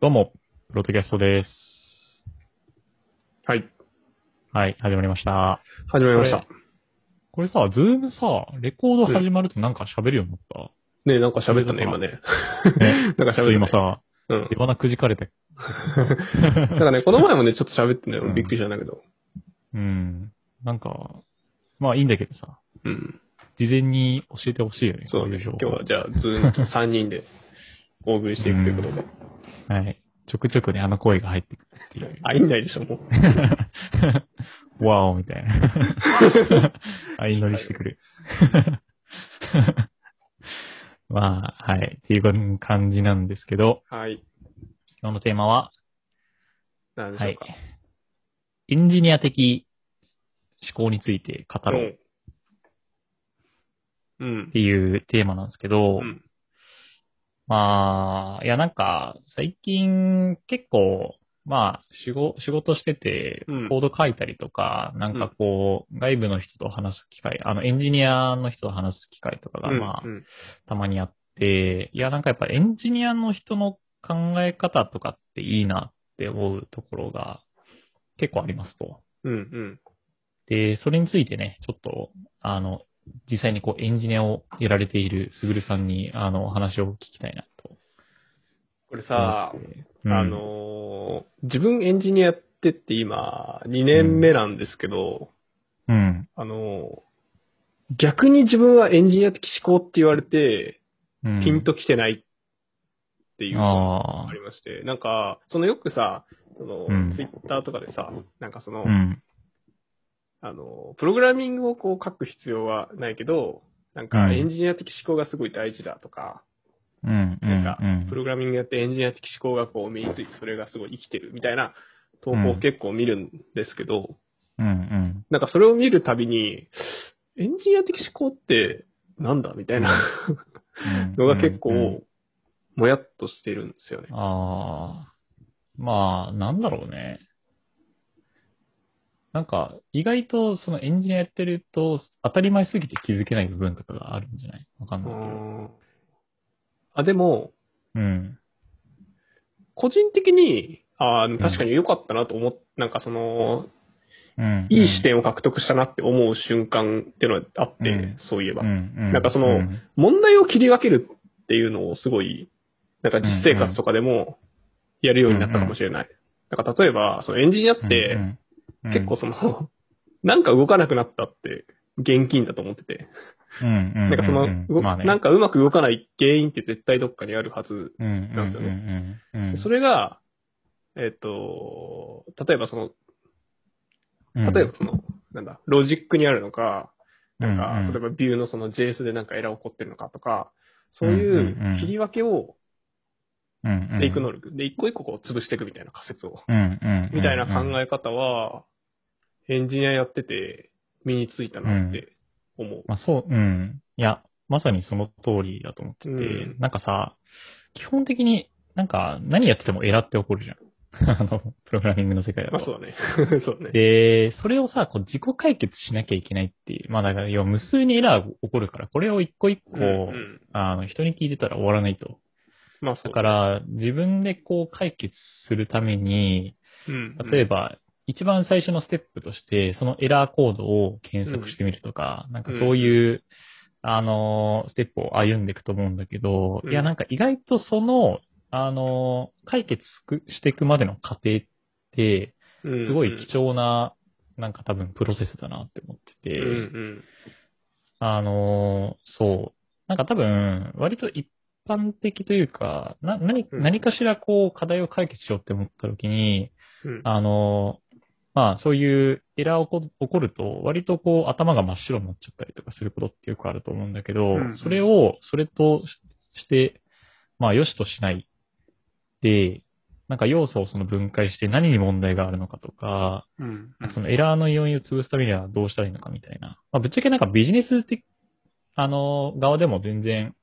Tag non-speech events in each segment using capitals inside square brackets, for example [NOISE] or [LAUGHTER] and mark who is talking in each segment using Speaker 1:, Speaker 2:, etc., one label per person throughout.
Speaker 1: どうも、プロトキャストです。
Speaker 2: はい。
Speaker 1: はい、始まりました。
Speaker 2: 始まりました。
Speaker 1: これさ、ズームさ、レコード始まるとなんか喋るようになっ
Speaker 2: ねなんか喋ったね、今ね。
Speaker 1: た。ね、
Speaker 2: [LAUGHS] なんか
Speaker 1: ちょっと
Speaker 2: 喋っ
Speaker 1: 今
Speaker 2: たね。
Speaker 1: さ、
Speaker 2: うん。 [LAUGHS]
Speaker 1: 手鼻くじかれて。 [LAUGHS]
Speaker 2: だからね、この前もね、ちょっと喋ってんの
Speaker 1: う
Speaker 2: よ
Speaker 1: ん。
Speaker 2: びっくりしたんだけど。
Speaker 1: うん。なんか、まあいいんだけどさ、
Speaker 2: うん。
Speaker 1: 事前に教えてほしいよね。
Speaker 2: そう
Speaker 1: こい
Speaker 2: ね。
Speaker 1: 情報
Speaker 2: 今日はじゃあ、ズームと3人でお送りしていくということで。
Speaker 1: はい。ちょくちょくね、あの声が入ってくるっていう。
Speaker 2: あ、いいんないでしょ、も
Speaker 1: [LAUGHS]
Speaker 2: う。
Speaker 1: わおみたいな。 [LAUGHS] 相乗りしてくる。 [LAUGHS] まあ、はい。っていう感じなんですけど、
Speaker 2: はい。
Speaker 1: 今日のテーマは、
Speaker 2: なんでし
Speaker 1: は
Speaker 2: ょう
Speaker 1: い
Speaker 2: か。。
Speaker 1: エンジニア的思考について語ろう
Speaker 2: うん。うん
Speaker 1: っていうテーマなんですけど、
Speaker 2: うん。
Speaker 1: まあ、いやなんか、最近結構、まあ、仕事、仕事してて
Speaker 2: うん、
Speaker 1: コード書いたりとか、なんかこう、外部の人と話す機会、あの、エンジニアの人と話す機会とかが、まあ
Speaker 2: う、ん。
Speaker 1: たまにあって、いや、なんかやっぱエンジニアの人の考え方とかっていいなって思うところが結構ありますと。
Speaker 2: うん。うん。
Speaker 1: で、それについてね、ちょっと、あの、実際にこうエンジニアをやられているすぐるさんに、あの、お話を聞きたいなと。
Speaker 2: これさ、
Speaker 1: うん
Speaker 2: あ、のー、自分エンジニアやってって今、2年目なんですけど、
Speaker 1: うん。
Speaker 2: あのー、逆に自分はエンジニア的思考って言われて、
Speaker 1: うん
Speaker 2: ピンと来てないっていうの
Speaker 1: あ
Speaker 2: が
Speaker 1: あ
Speaker 2: あり。まして、なんか、そのよくさ、その
Speaker 1: うん
Speaker 2: ツイッターとかでさ、なんかその、
Speaker 1: うん。
Speaker 2: あの、プログラミングをこう書く必要はないけど、なん
Speaker 1: う
Speaker 2: か
Speaker 1: ん
Speaker 2: エンジニア的思考がすごい大事だとか、
Speaker 1: うん。う
Speaker 2: なんか
Speaker 1: ん。
Speaker 2: プログラミングやってエンジニア的思考がこう身についてそれがすごい生きてるみたいな投稿を結構見るんですけど、
Speaker 1: うん。うん。
Speaker 2: なんかそれを見るたびに、エンジニア的思考ってなんだみたいな
Speaker 1: うん
Speaker 2: のが結構
Speaker 1: うんうん、
Speaker 2: もやっとしてるんですよね。
Speaker 1: ああ。まあ、なんだろうね。なんか、意外と、そのエンジニアやってると、当たり前すぎて気づけない部分とかがあるんじゃないわかんないけど。
Speaker 2: あ、でも、
Speaker 1: うん。
Speaker 2: 個人的に、あー確かに良かったなと思っ、なんかその、
Speaker 1: うん。
Speaker 2: いい視点を獲得したなって思う瞬間っていうのがあって、
Speaker 1: うん
Speaker 2: そういえば、
Speaker 1: うん。うん。
Speaker 2: なんかその
Speaker 1: うん
Speaker 2: 問題を切り分けるっていうのをすごい、なんか実生活とかでもやるようになったかもしれない。なんか例えば、そのエンジニアって、結構、その、なんか動かなくなったって、現金だと思ってて。
Speaker 1: な
Speaker 2: なんかその、動
Speaker 1: まあね、
Speaker 2: なんかうまく動かない原因って絶対どっかにあるはず
Speaker 1: な
Speaker 2: ですよ
Speaker 1: ね。うん
Speaker 2: それが、えっ、と、例えばその、
Speaker 1: うん
Speaker 2: 例えば、その、なんだ、ロジックにあるのか、なんか、
Speaker 1: うんうん
Speaker 2: 例えばビューのその JS でなんかエラー起こってるのかとか、そうい
Speaker 1: んうんう
Speaker 2: うん切り分けを
Speaker 1: うんうん
Speaker 2: していく能力。で、一個一個こう潰していくみたいな仮説を。
Speaker 1: うんうん
Speaker 2: みたいな考
Speaker 1: え。
Speaker 2: え方は、エンジニアやってて身についたなって思う。
Speaker 1: まあそう、うん。いや、まさにその通りだと思ってて、
Speaker 2: うん
Speaker 1: なんかさ、基本的になんか何やっててもエラって起こるじゃん。 [LAUGHS] あの、プログラミングの世界だと。
Speaker 2: まあそうだね。 [LAUGHS] そうだね。
Speaker 1: で、それをさ、こう自己解決しなきゃいけないっていう。まあだから、要は無数にエラーが起こるから、これを一個一個、
Speaker 2: うんうん
Speaker 1: あの、人に聞いてたら終わらないと。
Speaker 2: まあそう
Speaker 1: だから、自分でこう解決するために、
Speaker 2: うんうん
Speaker 1: 例えば、一番最初のステップとして、そのエラーコードを検索してみるとか、なんかそういう、あのー、ステップを歩んでいくと思うんだけど、
Speaker 2: うん
Speaker 1: いや、なんか意外とその、あのー、解決くしていくまでの過程って、
Speaker 2: うん
Speaker 1: すごい貴重な、なんか多分プロセスだなって思ってて、
Speaker 2: うんうん
Speaker 1: あのー、そう。なんか多分、割と一般的というか、な、何、
Speaker 2: うん
Speaker 1: 何かしらこう課題を解決しようって思った時に、
Speaker 2: うん
Speaker 1: あの、まあそういうエラー起こ起こると、割とこう頭が真っ白になっちゃったりとかすることってよくあると思うんだけど、
Speaker 2: うんうん
Speaker 1: それを、それとしして、まあ良しとしないで、なんか要素をその分解して何に問題があるのかとか、
Speaker 2: うんうん
Speaker 1: そのエラーの要因を潰すためにはどうしたらいいのかみたいな。まあぶっちゃけなんかビジネス的、あの、側でも全然、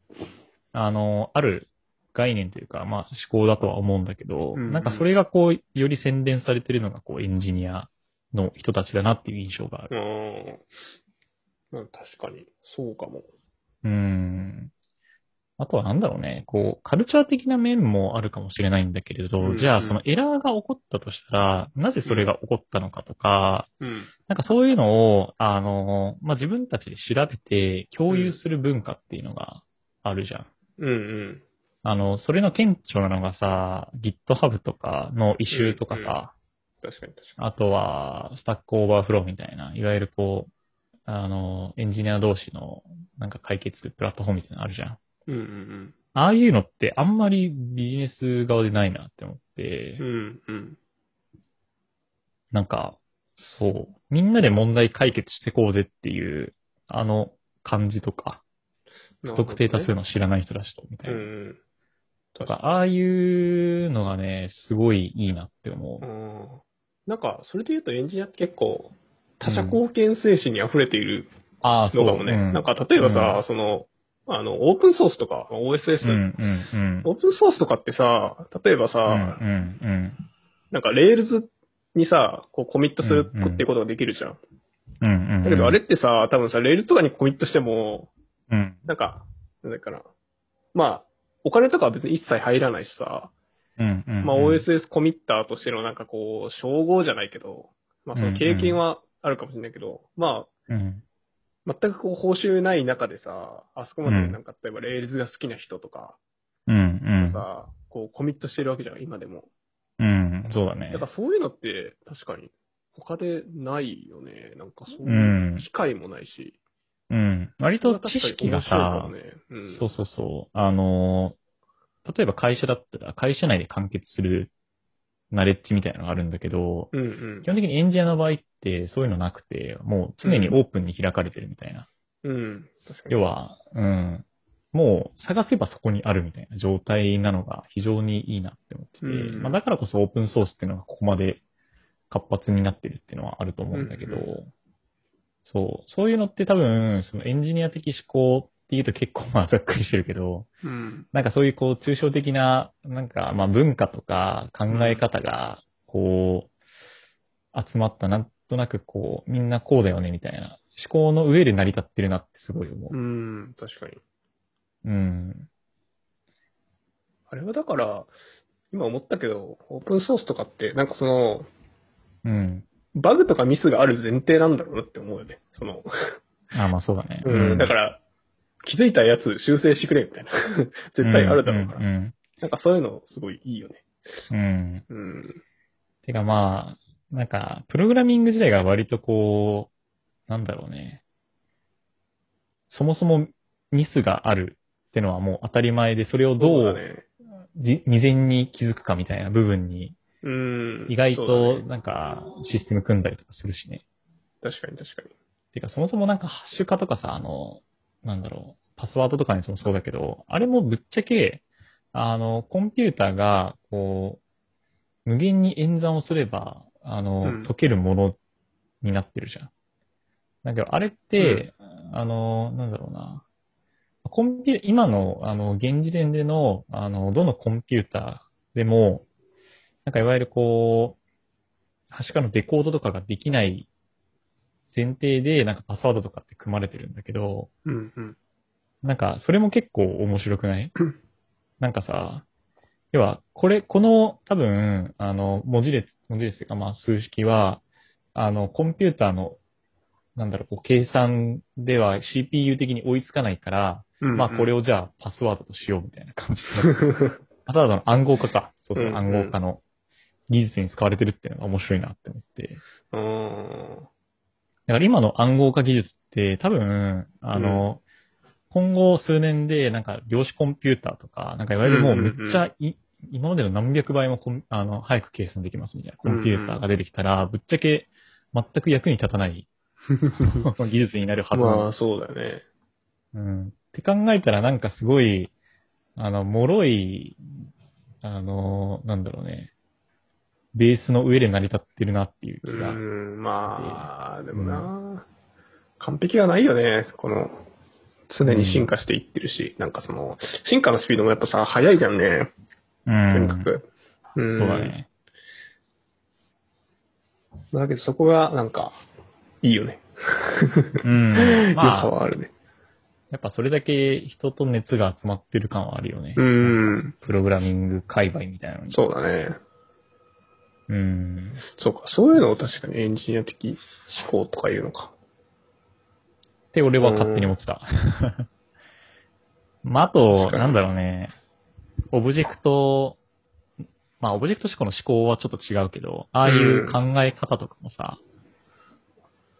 Speaker 1: あの、ある概念というか、まあ思考だとは思うんだけど、
Speaker 2: うんうん
Speaker 1: なんかそれがこう、より洗練されてるのがこう、エンジニアの人たちだなっていう印象があ
Speaker 2: う
Speaker 1: る。
Speaker 2: ん。まあ確かに、そうかも。
Speaker 1: うん。あとはなんだろうね、こう、カルチャー的な面もあるかもしれないんだけれど、
Speaker 2: うん
Speaker 1: じゃあ
Speaker 2: うん
Speaker 1: そのエラーが起こったとしたら、なぜそれが起こったのかとか、
Speaker 2: うん。
Speaker 1: なんかそういうのを、あの、まあ、自分たちで調べて共有する文化っていうのがあるじゃん。
Speaker 2: うんうん。
Speaker 1: あの、それの顕著なのがさ、GitHub とかの異臭とかさ、
Speaker 2: 確かに確か
Speaker 1: あとは、スタックオーバーフローみたいな、いわゆるこう、あの、エンジニア同士のなんか解決プラットフォームみたいなのあるじゃん。
Speaker 2: に。うんうん
Speaker 1: ああいうのってあんまりビジネス側でないなって思って
Speaker 2: うん。う、んうん。
Speaker 1: なんか、そう、みんなで問題解決してこうぜっていう、あの感じとか、
Speaker 2: なる
Speaker 1: 不
Speaker 2: ほどね
Speaker 1: 特定多数の知らない人たちと、みた
Speaker 2: う
Speaker 1: い
Speaker 2: ん
Speaker 1: な。
Speaker 2: うん。
Speaker 1: とか、ああいうのがね、すごいいいなって思
Speaker 2: う
Speaker 1: う。
Speaker 2: んなんか、それで言うとエンジニアって結構、他者貢献精神に溢れている
Speaker 1: ああ、そう
Speaker 2: のかもね。
Speaker 1: うん
Speaker 2: なんか、例えばさ、
Speaker 1: うん
Speaker 2: その、あの、オープンソースとか、まあ OSS、
Speaker 1: うん、うん、うん。
Speaker 2: オープンソースとかってさ、例えばさ、
Speaker 1: うん、うん、
Speaker 2: なんか、レールズにさ、こう、コミットする
Speaker 1: うんうん
Speaker 2: ってことができるじゃん。
Speaker 1: うん。うん、うん。
Speaker 2: だけど、あれってさ、多分さ、レールズとかにコミットしても、
Speaker 1: うん、
Speaker 2: なんか、なんだっけかな。まあ、お金とかは別に一切入らないしさ、
Speaker 1: うん、うん。
Speaker 2: まあ、OSS コミッターとしてのなんかこう、称号じゃないけど、まあ、その経験はあるかもしれないけど、ま
Speaker 1: うん。
Speaker 2: あ、全くこう、報酬ない中でさ、あそこまでなんか、例えば、レールズが好きな人とか、
Speaker 1: うん、うん。
Speaker 2: さ、こう、コミットしてるわけじゃん、今でも。
Speaker 1: うん、そうだね
Speaker 2: だ。からそういうのって、確かに、他でないよね。なんかそう
Speaker 1: う
Speaker 2: い
Speaker 1: ん
Speaker 2: う機会もないし。
Speaker 1: うん。割と知識が
Speaker 2: それ
Speaker 1: さ
Speaker 2: は確、かに面白いかもね、うん、
Speaker 1: そうそうそう。あの、例えば会社だったら、会社内で完結するナレッジみたいなのがあるんだけど、
Speaker 2: うんうん
Speaker 1: 基。本的にエンジニアの場合ってそういうのなくて、もう常にオープンに開かれてるみたいな。
Speaker 2: うん。確かに。
Speaker 1: 要は、うん。もう探せばそこにあるみたいな状態なのが非常にいいなって思ってて、
Speaker 2: うん
Speaker 1: まあだからこそオープンソースっていうのがここまで活発になってるっていうのはあると思うんだけど、
Speaker 2: うんう
Speaker 1: そう、そういうのって多分、そのエンジニア的思考っていうと結構まあざっくりしてるけど、
Speaker 2: うん。
Speaker 1: なんかそういうこう抽象的な、なんかまあ文化とか考え方が、こう、集まったなんとなくこう、みんなこうだよねみたいな思考の上で成り立ってるなってすごい思
Speaker 2: うん。確かに。
Speaker 1: う。うん。
Speaker 2: あれはだから、今思ったけど、オープンソースとかって、なんかその、
Speaker 1: うん。
Speaker 2: バグとかミスがある前提なんだろうなって思うよね。その、
Speaker 1: ああまあそうだね。
Speaker 2: うん。だから、気づいたやつ修正してくれみたいな。 [LAUGHS] 絶対あるだろうから。
Speaker 1: うん。
Speaker 2: なんかそういうのすごいいいよね。
Speaker 1: うんうん
Speaker 2: うん。
Speaker 1: てかまあ、なんか、プログラミング自体が割とこう、なんだろうね。そもそもミスがあるってのはもう当たり前で、それをど
Speaker 2: そうだね
Speaker 1: じ未然に気づくかみたいな部分に、
Speaker 2: うん。
Speaker 1: 意外
Speaker 2: そうだ
Speaker 1: と
Speaker 2: ね
Speaker 1: なんかシステム組んだりとかするしね。
Speaker 2: 確かに確かに。
Speaker 1: てかそもそもなんかハッシュ化とかさ、あの、なんだろう、パスワードとかにもそうだけど、あれもぶっちゃけ、あの、コンピューターが、こう、無限に演算をすれば、あの、
Speaker 2: うん
Speaker 1: 解けるものになってるじゃん。だけど、あれって、あの、なんだろうな。コンピュ今の、あの、現時点での、あの、どのコンピューターでも、なんかいわゆるこう、端からのデコードとかができない前提で、なんかパスワードとかって組まれてるんだけど、
Speaker 2: うんうん。
Speaker 1: なんかそれも結構面白くないなんかさ、要は、これ、この多分、あの、文字列、文字列というか、まあ数式は、あの、コンピューターの、なんだろう、こう計算では CPU 的に追いつかないから、まあこれ
Speaker 2: [LAUGHS] を。
Speaker 1: をじゃあパスワードとしようみたいな感じ [LAUGHS] になって
Speaker 2: う
Speaker 1: パスワードの暗号化か。そうそう
Speaker 2: うんう、ん
Speaker 1: 暗号化の技術に使われてるっていうのが面白いなって思って。
Speaker 2: ん。
Speaker 1: だから今の暗号化技術って多分、あの、今後数年でなんか量子コンピューターとか、なんかいわゆるもうめっちゃい、今までの何百倍もコンあの早く計算できますみたいなコンピューターが出てきたら、ぶっちゃけ全く役に立たない [LAUGHS] 技術になるはずなんですよ
Speaker 2: まあそうだよね。
Speaker 1: うんって考えたらなんかすごい、あの、脆い、あの、なんだろうね、ベースの上で成り立ってるなっていう気
Speaker 2: う
Speaker 1: が。
Speaker 2: ん。まあ、でもな、完璧はないよね。この、常に進化していってるし、なんかその、進化のスピードもやっぱさ、速いじゃんね。と
Speaker 1: う
Speaker 2: に
Speaker 1: ん
Speaker 2: かく。うん。
Speaker 1: そうだ。ね。
Speaker 2: だけどそこが、なんか、いいよね。
Speaker 1: うん。
Speaker 2: 良さ
Speaker 1: まあ、
Speaker 2: はあるね。
Speaker 1: やっぱそれだけ人と熱が集まってる感はあるよね。
Speaker 2: うん。
Speaker 1: プログラミング界隈みたいなのに。
Speaker 2: そうだね。
Speaker 1: うん。
Speaker 2: そうか。そういうのを確かにエンジニア的思考とか言うのか。
Speaker 1: って俺は勝手に思ってた。 [LAUGHS] まあ、あと、なんだろうね。オブジェクト、まあ、オブジェクト思考の思考はちょっと違うけど、ああいう考え方とかもさ、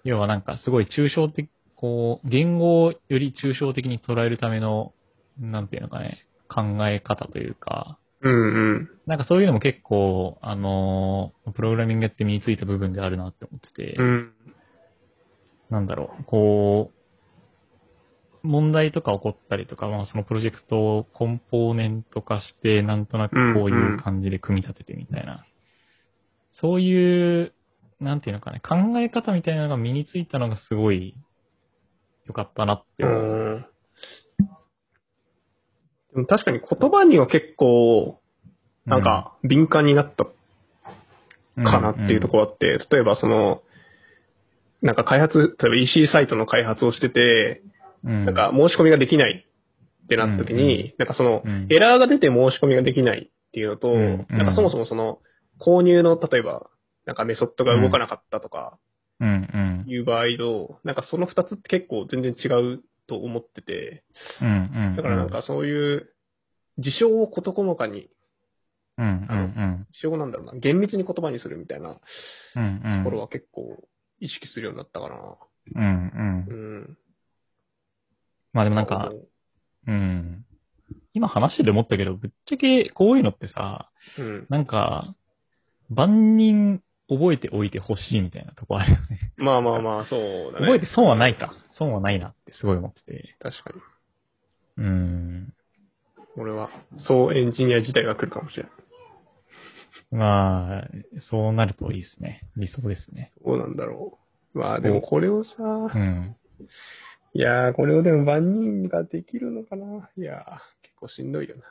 Speaker 1: 要はなんかすごい抽象的、こう、言語をより抽象的に捉えるための、なんていうのかね、考え方というか、
Speaker 2: うんうん。
Speaker 1: なんかそういうのも結構、あのー、プログラミングやって身についた部分であるなって思ってて、
Speaker 2: うん。
Speaker 1: なんだろう、こう、問題とか起こったりとか、まあそのプロジェクトをコンポーネント化して、なんとなくこういう感じで組み立ててみたいな。そういう、なんていうのかね、考え方みたいなのが身についたのがすごい良かったなって
Speaker 2: う
Speaker 1: 思う。
Speaker 2: ん。でも確かに言葉には結構、なんか敏感になった
Speaker 1: うん、
Speaker 2: かなっていうところあって、例えばその、なんか開発、例えば EC サイトの開発をしてて、
Speaker 1: ろ、うん
Speaker 2: なん、か申し込みができないってなった時に、なんかその、
Speaker 1: うん
Speaker 2: エラーが出て申し込みができないっていうのと、
Speaker 1: うん
Speaker 2: なんかそもそもその、購入の、例えば、なんかメソッドが動かなかったとか
Speaker 1: うんうん。
Speaker 2: いう場合と、なんかその二つって結構全然違うと思ってて、
Speaker 1: うんうんうん。
Speaker 2: だからなんかそういう、事象を事細かに、
Speaker 1: うんうん
Speaker 2: 事象をなんだろうな、厳密に言葉にするみたいなと
Speaker 1: うん。うんうん。
Speaker 2: ころは結構意識するようになったかな。
Speaker 1: うんうん
Speaker 2: う。ん。
Speaker 1: まあでもなんか、うん。今話してて思ったけど、ぶっちゃけこういうのってさ、
Speaker 2: うん。
Speaker 1: なんか、万人覚えておいてほしいみたいなとこあるよね。
Speaker 2: まあまあまあ、そうだね。
Speaker 1: 覚えて損はないか。損はないなってすごい思ってて。
Speaker 2: 確かに。
Speaker 1: うん。
Speaker 2: 俺は、そうエンジニア自体が来るかもしれない。
Speaker 1: まあ、そうなるといいですね。理想ですね。
Speaker 2: どうなんだろう。まあでもこれをさ、
Speaker 1: うん。
Speaker 2: いやー、これをでも万人ができるのかな。いやー、結構しんどいよな。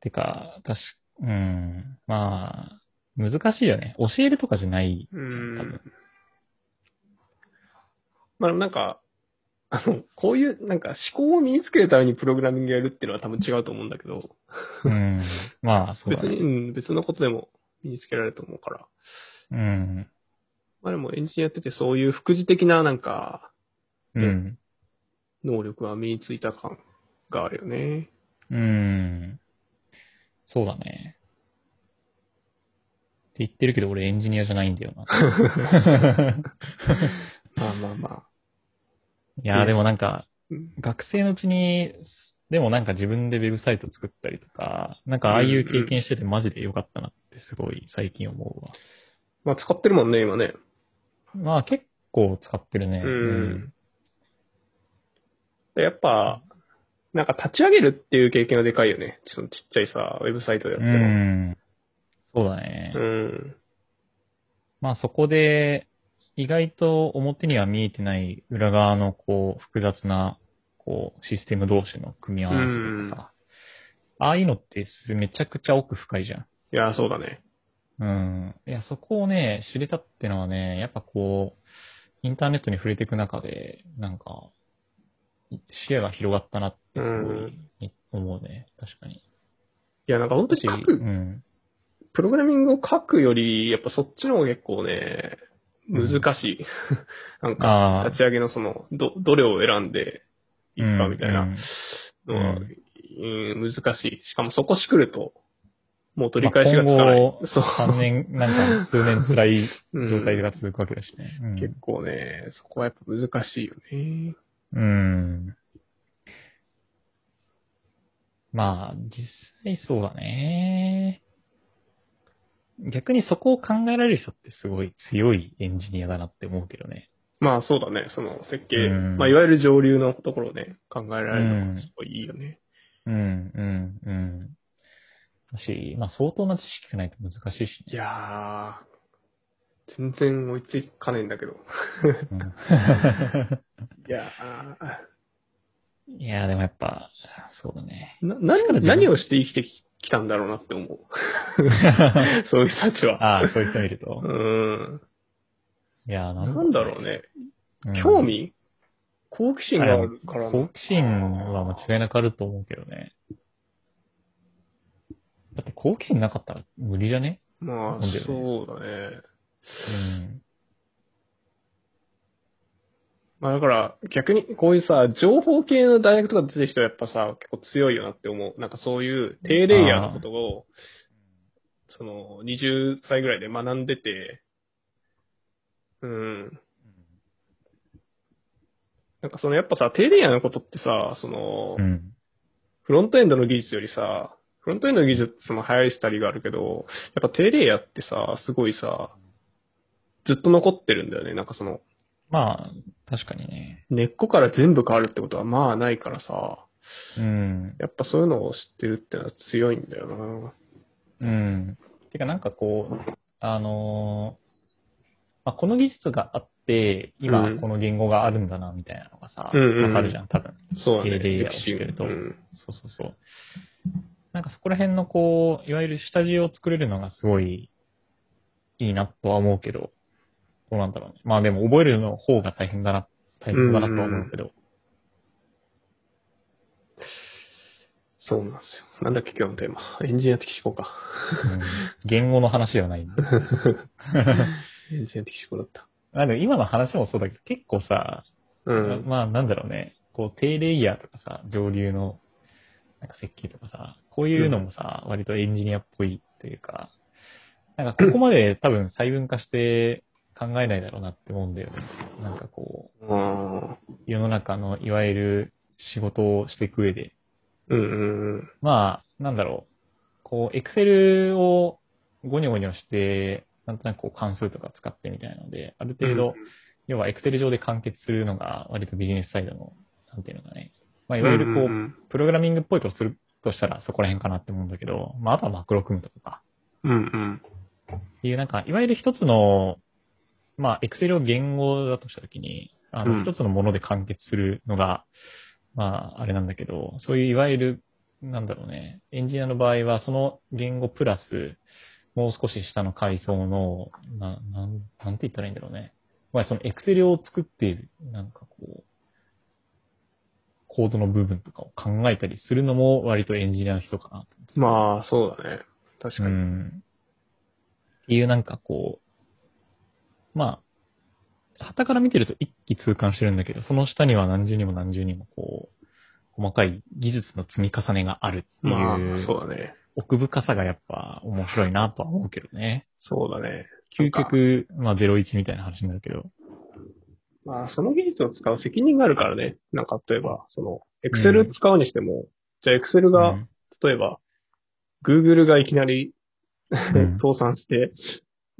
Speaker 1: てか、確か、うん。まあ、難しいよね。教えるとかじゃない。
Speaker 2: う
Speaker 1: 多
Speaker 2: ん
Speaker 1: 分。
Speaker 2: まあでもなんか、あの、こういう、なんか思考を身につけるためにプログラミングやるっていうのは多分違うと思うんだけど、
Speaker 1: うん。まあ、そう
Speaker 2: 別
Speaker 1: だ
Speaker 2: に、
Speaker 1: ね。
Speaker 2: うん、別のことでも身につけられると思うから。
Speaker 1: うん。
Speaker 2: まあでもエンジニアやっててそういう副次的ななんか、
Speaker 1: うん。
Speaker 2: 能力が身についた感があるよね。
Speaker 1: うん。そうだね。って言ってるけど、俺エンジニアじゃないんだよな。
Speaker 2: [LAUGHS] まあまあまあ。
Speaker 1: いやーでもなんか、
Speaker 2: うん
Speaker 1: 学生のうちに、でもなんか自分でウェブサイト作ったりとか、なんかああいう経験しててマジで良かったなってすごい最近思うわ。
Speaker 2: まあ使ってるもんね、今ね。
Speaker 1: まあ結構使ってるね。
Speaker 2: うん。でやっぱ、なんか立ち上げるっていう経験はでかいよね。そのちっちゃいさ、ウェブサイトでやっ
Speaker 1: う
Speaker 2: ても。
Speaker 1: ん。そうだね。
Speaker 2: うん。
Speaker 1: まあそこで、意外と表には見えてない裏側のこう複雑なこうシステム同士の組み合わせとかさ、ああいうのってすめちゃくちゃ奥深いじゃん。
Speaker 2: いや、そうだね。
Speaker 1: うん。いや、そこをね、知れたってのはね、やっぱこう、インターネットに触れていく中で、なんか、視野が広がったなってすごい思うね。確かに。
Speaker 2: いや、なんか本当に書
Speaker 1: う
Speaker 2: く、
Speaker 1: ん。
Speaker 2: プログラミングを書くより、やっぱそっちの方が結構ね、難しい。 [LAUGHS] なんか、
Speaker 1: ああ。
Speaker 2: 立ち上げのその、ど、どれを選んでいくかみたいなのは、
Speaker 1: う
Speaker 2: うんん難しい。しかもそこしくると、もう取り返しがつかない。
Speaker 1: まあ今後
Speaker 2: そう
Speaker 1: 3。年、なんか数年辛い状態
Speaker 2: うん
Speaker 1: が続くわけだしね。うん
Speaker 2: 結構ね、そこはやっぱ難しいよね。
Speaker 1: うん。まあ、実際そうだね。逆にそこを考えられる人ってすごい強いエンジニアだなって思うけどね。
Speaker 2: まあそうだね、その設計、
Speaker 1: うん
Speaker 2: まあいわゆる上流のところをね、考えられるのがすごいいいよね。
Speaker 1: うん、うん、うん。だし、まあ相当な知識がないと難しいし
Speaker 2: い
Speaker 1: ね。
Speaker 2: やー、全然追いつかねえんだけど。
Speaker 1: うん
Speaker 2: いや [LAUGHS]
Speaker 1: いや、でもやっぱ、そうだね。
Speaker 2: ー、な
Speaker 1: 力
Speaker 2: 何
Speaker 1: で
Speaker 2: 何をして生きてききたんだろうなっ
Speaker 1: [LAUGHS]
Speaker 2: て思う。そういう人たちは。
Speaker 1: ああ、そういった見ると
Speaker 2: う。ん。
Speaker 1: いや、なん
Speaker 2: なんだろうね。
Speaker 1: うん
Speaker 2: 興味好奇心があるからな
Speaker 1: 好奇心は間違いなくあると思うけどね。だって好奇心なかったら無理じゃね
Speaker 2: まあ、そうだね。
Speaker 1: うん。
Speaker 2: まあだから、逆に、こういうさ、情報系の大学とか出てる人はやっぱさ、結構強いよなって思う。なんかそういう低レイヤーのことを、その、20歳ぐらいで学んでて、うん。なんかそのやっぱさ、低レイヤーのことってさ、その、
Speaker 1: うん。
Speaker 2: フロントエンドの技術よりさ、フロントエンドの技術も早いスタリがあるけど、やっぱ低レイヤーってさ、すごいさ、ずっと残ってるんだよね。なんかその、
Speaker 1: まあ、確かにね。
Speaker 2: 根っこから全部変わるってことはまあないからさ、
Speaker 1: うん。
Speaker 2: やっぱそういうのを知ってるってのは強いんだよな。
Speaker 1: うん。てかなんかこう、あのーまあ、この技術があって、
Speaker 2: う
Speaker 1: 今
Speaker 2: ん
Speaker 1: この言語があるんだな、みたいなのがさ、わ、
Speaker 2: うんうんうん
Speaker 1: かるじゃん、多分。
Speaker 2: そうだね。
Speaker 1: 低レイヤーを
Speaker 2: 歴
Speaker 1: 知っ
Speaker 2: 史
Speaker 1: てると
Speaker 2: うん。
Speaker 1: そうそうそう。なんかそこら辺のこう、いわゆる下地を作れるのがすごいいいなとは思うけど、どうなんだろうね。まあでも覚えるの方が大変だな、大変だなとは思うけど。
Speaker 2: そうなんですよ。なんだっけ今日のテーマ。エンジニア的思考か。
Speaker 1: うん言語の話では [LAUGHS] ないんだ。
Speaker 2: エンジニア的思考だった。
Speaker 1: なんで今の話もそうだけど、結構さ、
Speaker 2: うん。
Speaker 1: まあなんだろうね、こう低レイヤーとかさ、上流のなんか設計とかさ、こういうのもさ、割とエンジニアっぽいというか、なんかここまで多分細分化して考えないだろうなって思うんだよね。なんかこう、
Speaker 2: あー
Speaker 1: 世の中のいわゆる仕事をしていく上で、
Speaker 2: うんうんうん。
Speaker 1: まあ、なんだろう。こう、エクセルをゴニョゴニョして、なんとなくこう関数とか使ってみたいなので、ある程度、要はエクセル上で完結するのが割とビジネスサイドの、なんていうのかね。まあ、いわゆるこ
Speaker 2: ん
Speaker 1: う、プログラミングっぽいことするとしたらそこら辺かなって思うんだけど、まあ、あとはマクロ組むとか、
Speaker 2: うん。うんうん。
Speaker 1: っていうなんか、いわゆる一つの、まあ、エクセルを言語だとしたときに、あ
Speaker 2: うん
Speaker 1: の、一つのもので完結するのが、まあ、あれなんだけど、そういういわゆる、なんだろうね、エンジニアの場合は、その言語プラス、もう少し下の階層の、な、なん、なんて言ったらいいんだろうね。まあ、そのエクセルを作っている、なんかこう、コードの部分とかを考えたりするのも割とエンジニアの人かなと思って
Speaker 2: まあ、そうだね。確か
Speaker 1: う
Speaker 2: に。
Speaker 1: ん。っていうなんかこう、まあ、旗から見てると一気通貫してるんだけど、その下には何重にも何重にもこう、細かい技術の積み重ねがあるっていう、
Speaker 2: まあ、そうだね。
Speaker 1: 奥深さがやっぱ面白いなとは思うけどね。
Speaker 2: そうだね。
Speaker 1: 究極、まあ01みたいな話になるけど。
Speaker 2: まあ、その技術を使う責任があるからね。なんか、例えば、その、エクセル使うにしても、じゃあエクセルが、
Speaker 1: うん
Speaker 2: 例えば、Google がいきなり、
Speaker 1: ん
Speaker 2: [LAUGHS] 倒産して、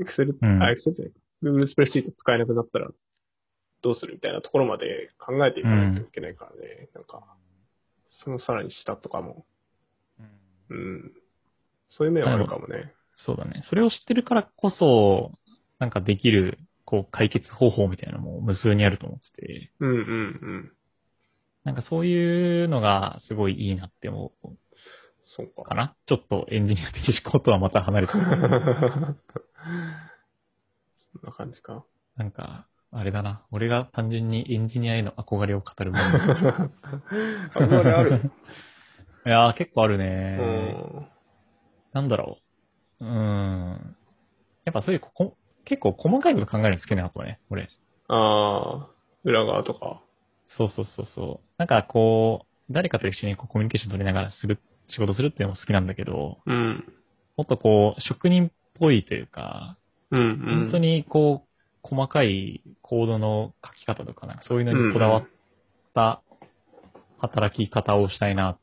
Speaker 2: Excel、
Speaker 1: うん
Speaker 2: あ、Excel じゃない Google スプレッドシート使えなくなったら、どうするみたいなところまで考えていかないといけないからね。なんか、そのさらに下とかも、うん。そういう面はあるかもね。
Speaker 1: そうだね。それを知ってるからこそ、なんかできる、こう、解決方法みたいなのも無数にあると思ってて。
Speaker 2: うんうんうん。
Speaker 1: なんかそういうのがすごいいいなって思う
Speaker 2: そうか。
Speaker 1: かな。ちょっとエンジニア的思考とはまた離れて
Speaker 2: [LAUGHS] そん
Speaker 1: る。
Speaker 2: な感じか。
Speaker 1: なんか、あれだな。俺が単純にエンジニアへの憧れを語るもの。
Speaker 2: [LAUGHS] 憧れある。
Speaker 1: [LAUGHS] いやー結構ある
Speaker 2: う
Speaker 1: ね。
Speaker 2: ん。
Speaker 1: なんだろう。うーん。やっぱそういうここ、結構細かいこと考えるの好きなのね、俺。
Speaker 2: ああ、裏側とか。
Speaker 1: そうそうそうそう。なんかこう、誰かと一緒にこうコミュニケーション取りながらする、仕事するっていうのも好きなんだけど、
Speaker 2: うん。
Speaker 1: もっとこう、職人っぽいというか、
Speaker 2: うん、うん。
Speaker 1: 本当にこう、細かいコードの書き方とか、なんかそういうのにこだわった働き方をしたいなっ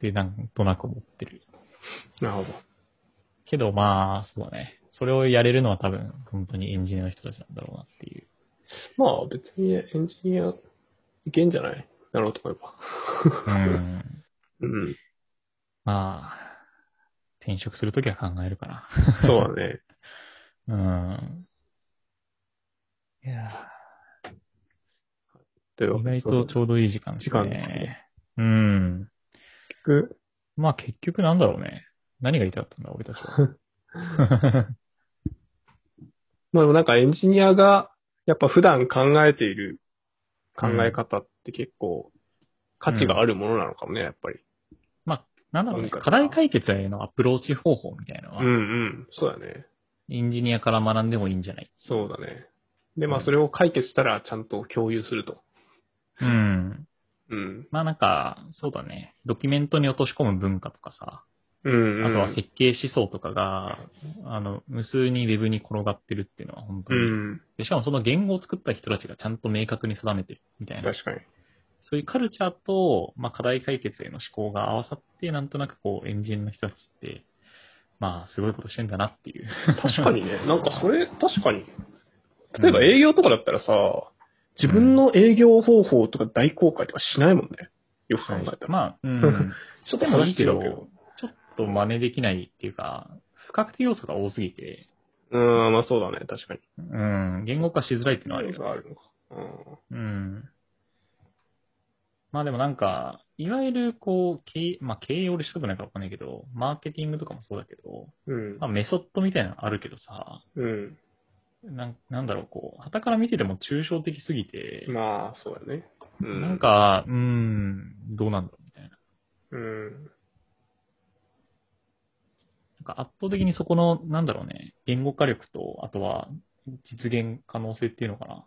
Speaker 1: てなんとなく思ってる。
Speaker 2: なるほど。
Speaker 1: けどまあ、そうだね。それをやれるのは多分、本当にエンジニアの人たちなんだろうなっていう。
Speaker 2: まあ別にエンジニアいけんじゃないなろうと思えば。
Speaker 1: うん。
Speaker 2: うん。
Speaker 1: まあ、転職するときは考えるかな。
Speaker 2: そうだね。
Speaker 1: [LAUGHS] うん。いやー
Speaker 2: というわ
Speaker 1: 意
Speaker 2: けで
Speaker 1: 外とちょうどいい時間ですね。
Speaker 2: 時間ですね
Speaker 1: うん。
Speaker 2: そう結
Speaker 1: まあ結局なんだろうね。何が言いたかったんだ、俺たち
Speaker 2: [LAUGHS]
Speaker 1: は。
Speaker 2: まあでもなんかエンジニアがやっぱ普段考えている考え方っって結構価値があるものなのかもね、やっぱり。
Speaker 1: まあ、なんだろうね、
Speaker 2: 文化
Speaker 1: 課題解決へのアプローチ方法みたいなのは、
Speaker 2: うんうん。そうだね。
Speaker 1: エンジニアから学んでもいいんじゃない
Speaker 2: そうだね。で、まあそれを解決したらちゃんと共有すると。
Speaker 1: うん。
Speaker 2: うん。
Speaker 1: まあなんか、そうだね、ドキュメントに落とし込む文化とかさ、
Speaker 2: うん、うん。
Speaker 1: あとは設計思想とかが、あの、無数にウェブに転がってるっていうのは本当
Speaker 2: う
Speaker 1: に、
Speaker 2: ん。
Speaker 1: でしかもその言語を作った人たちがちゃんと明確に定めてるみたいな。
Speaker 2: 確かに。
Speaker 1: そういうカルチャーと、まあ、課題解決への思考が合わさって、なんとなくこう、エンジニアの人たちって、まあ、すごいことしてんだなっていう。
Speaker 2: 確
Speaker 1: [LAUGHS]
Speaker 2: かにね。なんかそれ、確かに。例えば営業とかだったらさ、自分の営業方法とか大公開とかしないもんね。よく考えたら。
Speaker 1: まあ、
Speaker 2: [LAUGHS]
Speaker 1: うん。
Speaker 2: ちょっ
Speaker 1: で
Speaker 2: と
Speaker 1: も
Speaker 2: 話
Speaker 1: いい
Speaker 2: し
Speaker 1: け
Speaker 2: て
Speaker 1: ど、
Speaker 2: る
Speaker 1: ち
Speaker 2: け
Speaker 1: ょ
Speaker 2: ど。
Speaker 1: っと真似できないっていうか、不確定要素が多すぎて、
Speaker 2: うん、まあそうだね。確かに。
Speaker 1: うん、言語化しづらいっていうのはあるよね
Speaker 2: 何があるのか。うん
Speaker 1: うん。まあでもなんか、いわゆるこう、経営、まあ経営俺しとくないからわかんないけど、マーケティングとかもそうだけど、
Speaker 2: うん
Speaker 1: まあメソッドみたいなのあるけどさ、
Speaker 2: うん。
Speaker 1: なんなんだろう、こう、旗から見てても抽象的すぎて、
Speaker 2: まあ、そうだね。うん。
Speaker 1: なん、か、うーん、どうなんだろうみたいな。
Speaker 2: うん。
Speaker 1: なんか圧倒的にそこの、なんだろうね、言語化力と、あとは実現可能性っていうのかな。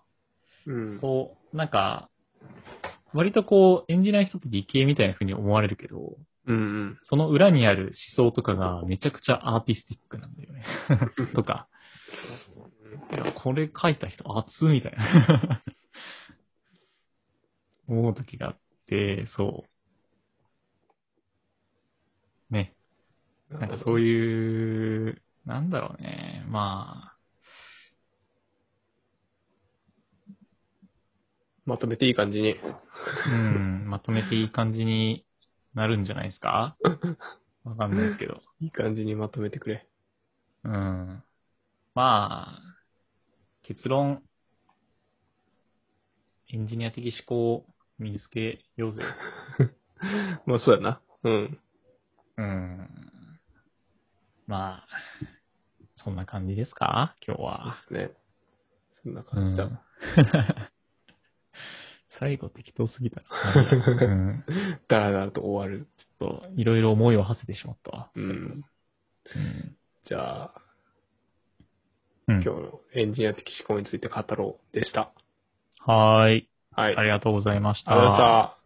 Speaker 2: うん。
Speaker 1: そう、なんか、割とこう、演じない人って理系みたいな風に思われるけど、
Speaker 2: うん。
Speaker 1: その裏にある思想とかがめちゃくちゃアーティスティックなんだよね。 [LAUGHS] とか、いや、これ書いた人熱みたいな。 [LAUGHS] 思う時があって、そう。ね。なんかそう
Speaker 2: い
Speaker 1: いう、なんだろうね。まあ、
Speaker 2: うん。まとめていい感じに。
Speaker 1: うん、まとめていい感じになるんじゃないですかわかんないですけど。
Speaker 2: いい感じにまとめてくれ。
Speaker 1: うん。まあ、結論、エンジニア的思考を身につけようぜ。
Speaker 2: まあ、そうやな。うん。
Speaker 1: うん。まあ、そんな感じですか今日
Speaker 2: そう
Speaker 1: は。
Speaker 2: ですね。そんな感じだ。
Speaker 1: うん最後適当すぎたな。
Speaker 2: [LAUGHS]
Speaker 1: うん
Speaker 2: だらだらと終わる。
Speaker 1: ちょっと、いろいろ思いを馳せてしまったわ。
Speaker 2: うん。
Speaker 1: うん。
Speaker 2: じゃあ、
Speaker 1: うん
Speaker 2: 今日のエンジニア的思考について語ろうでした。
Speaker 1: はーい。
Speaker 2: はい。
Speaker 1: ありがとうございました。
Speaker 2: ありがとうございました。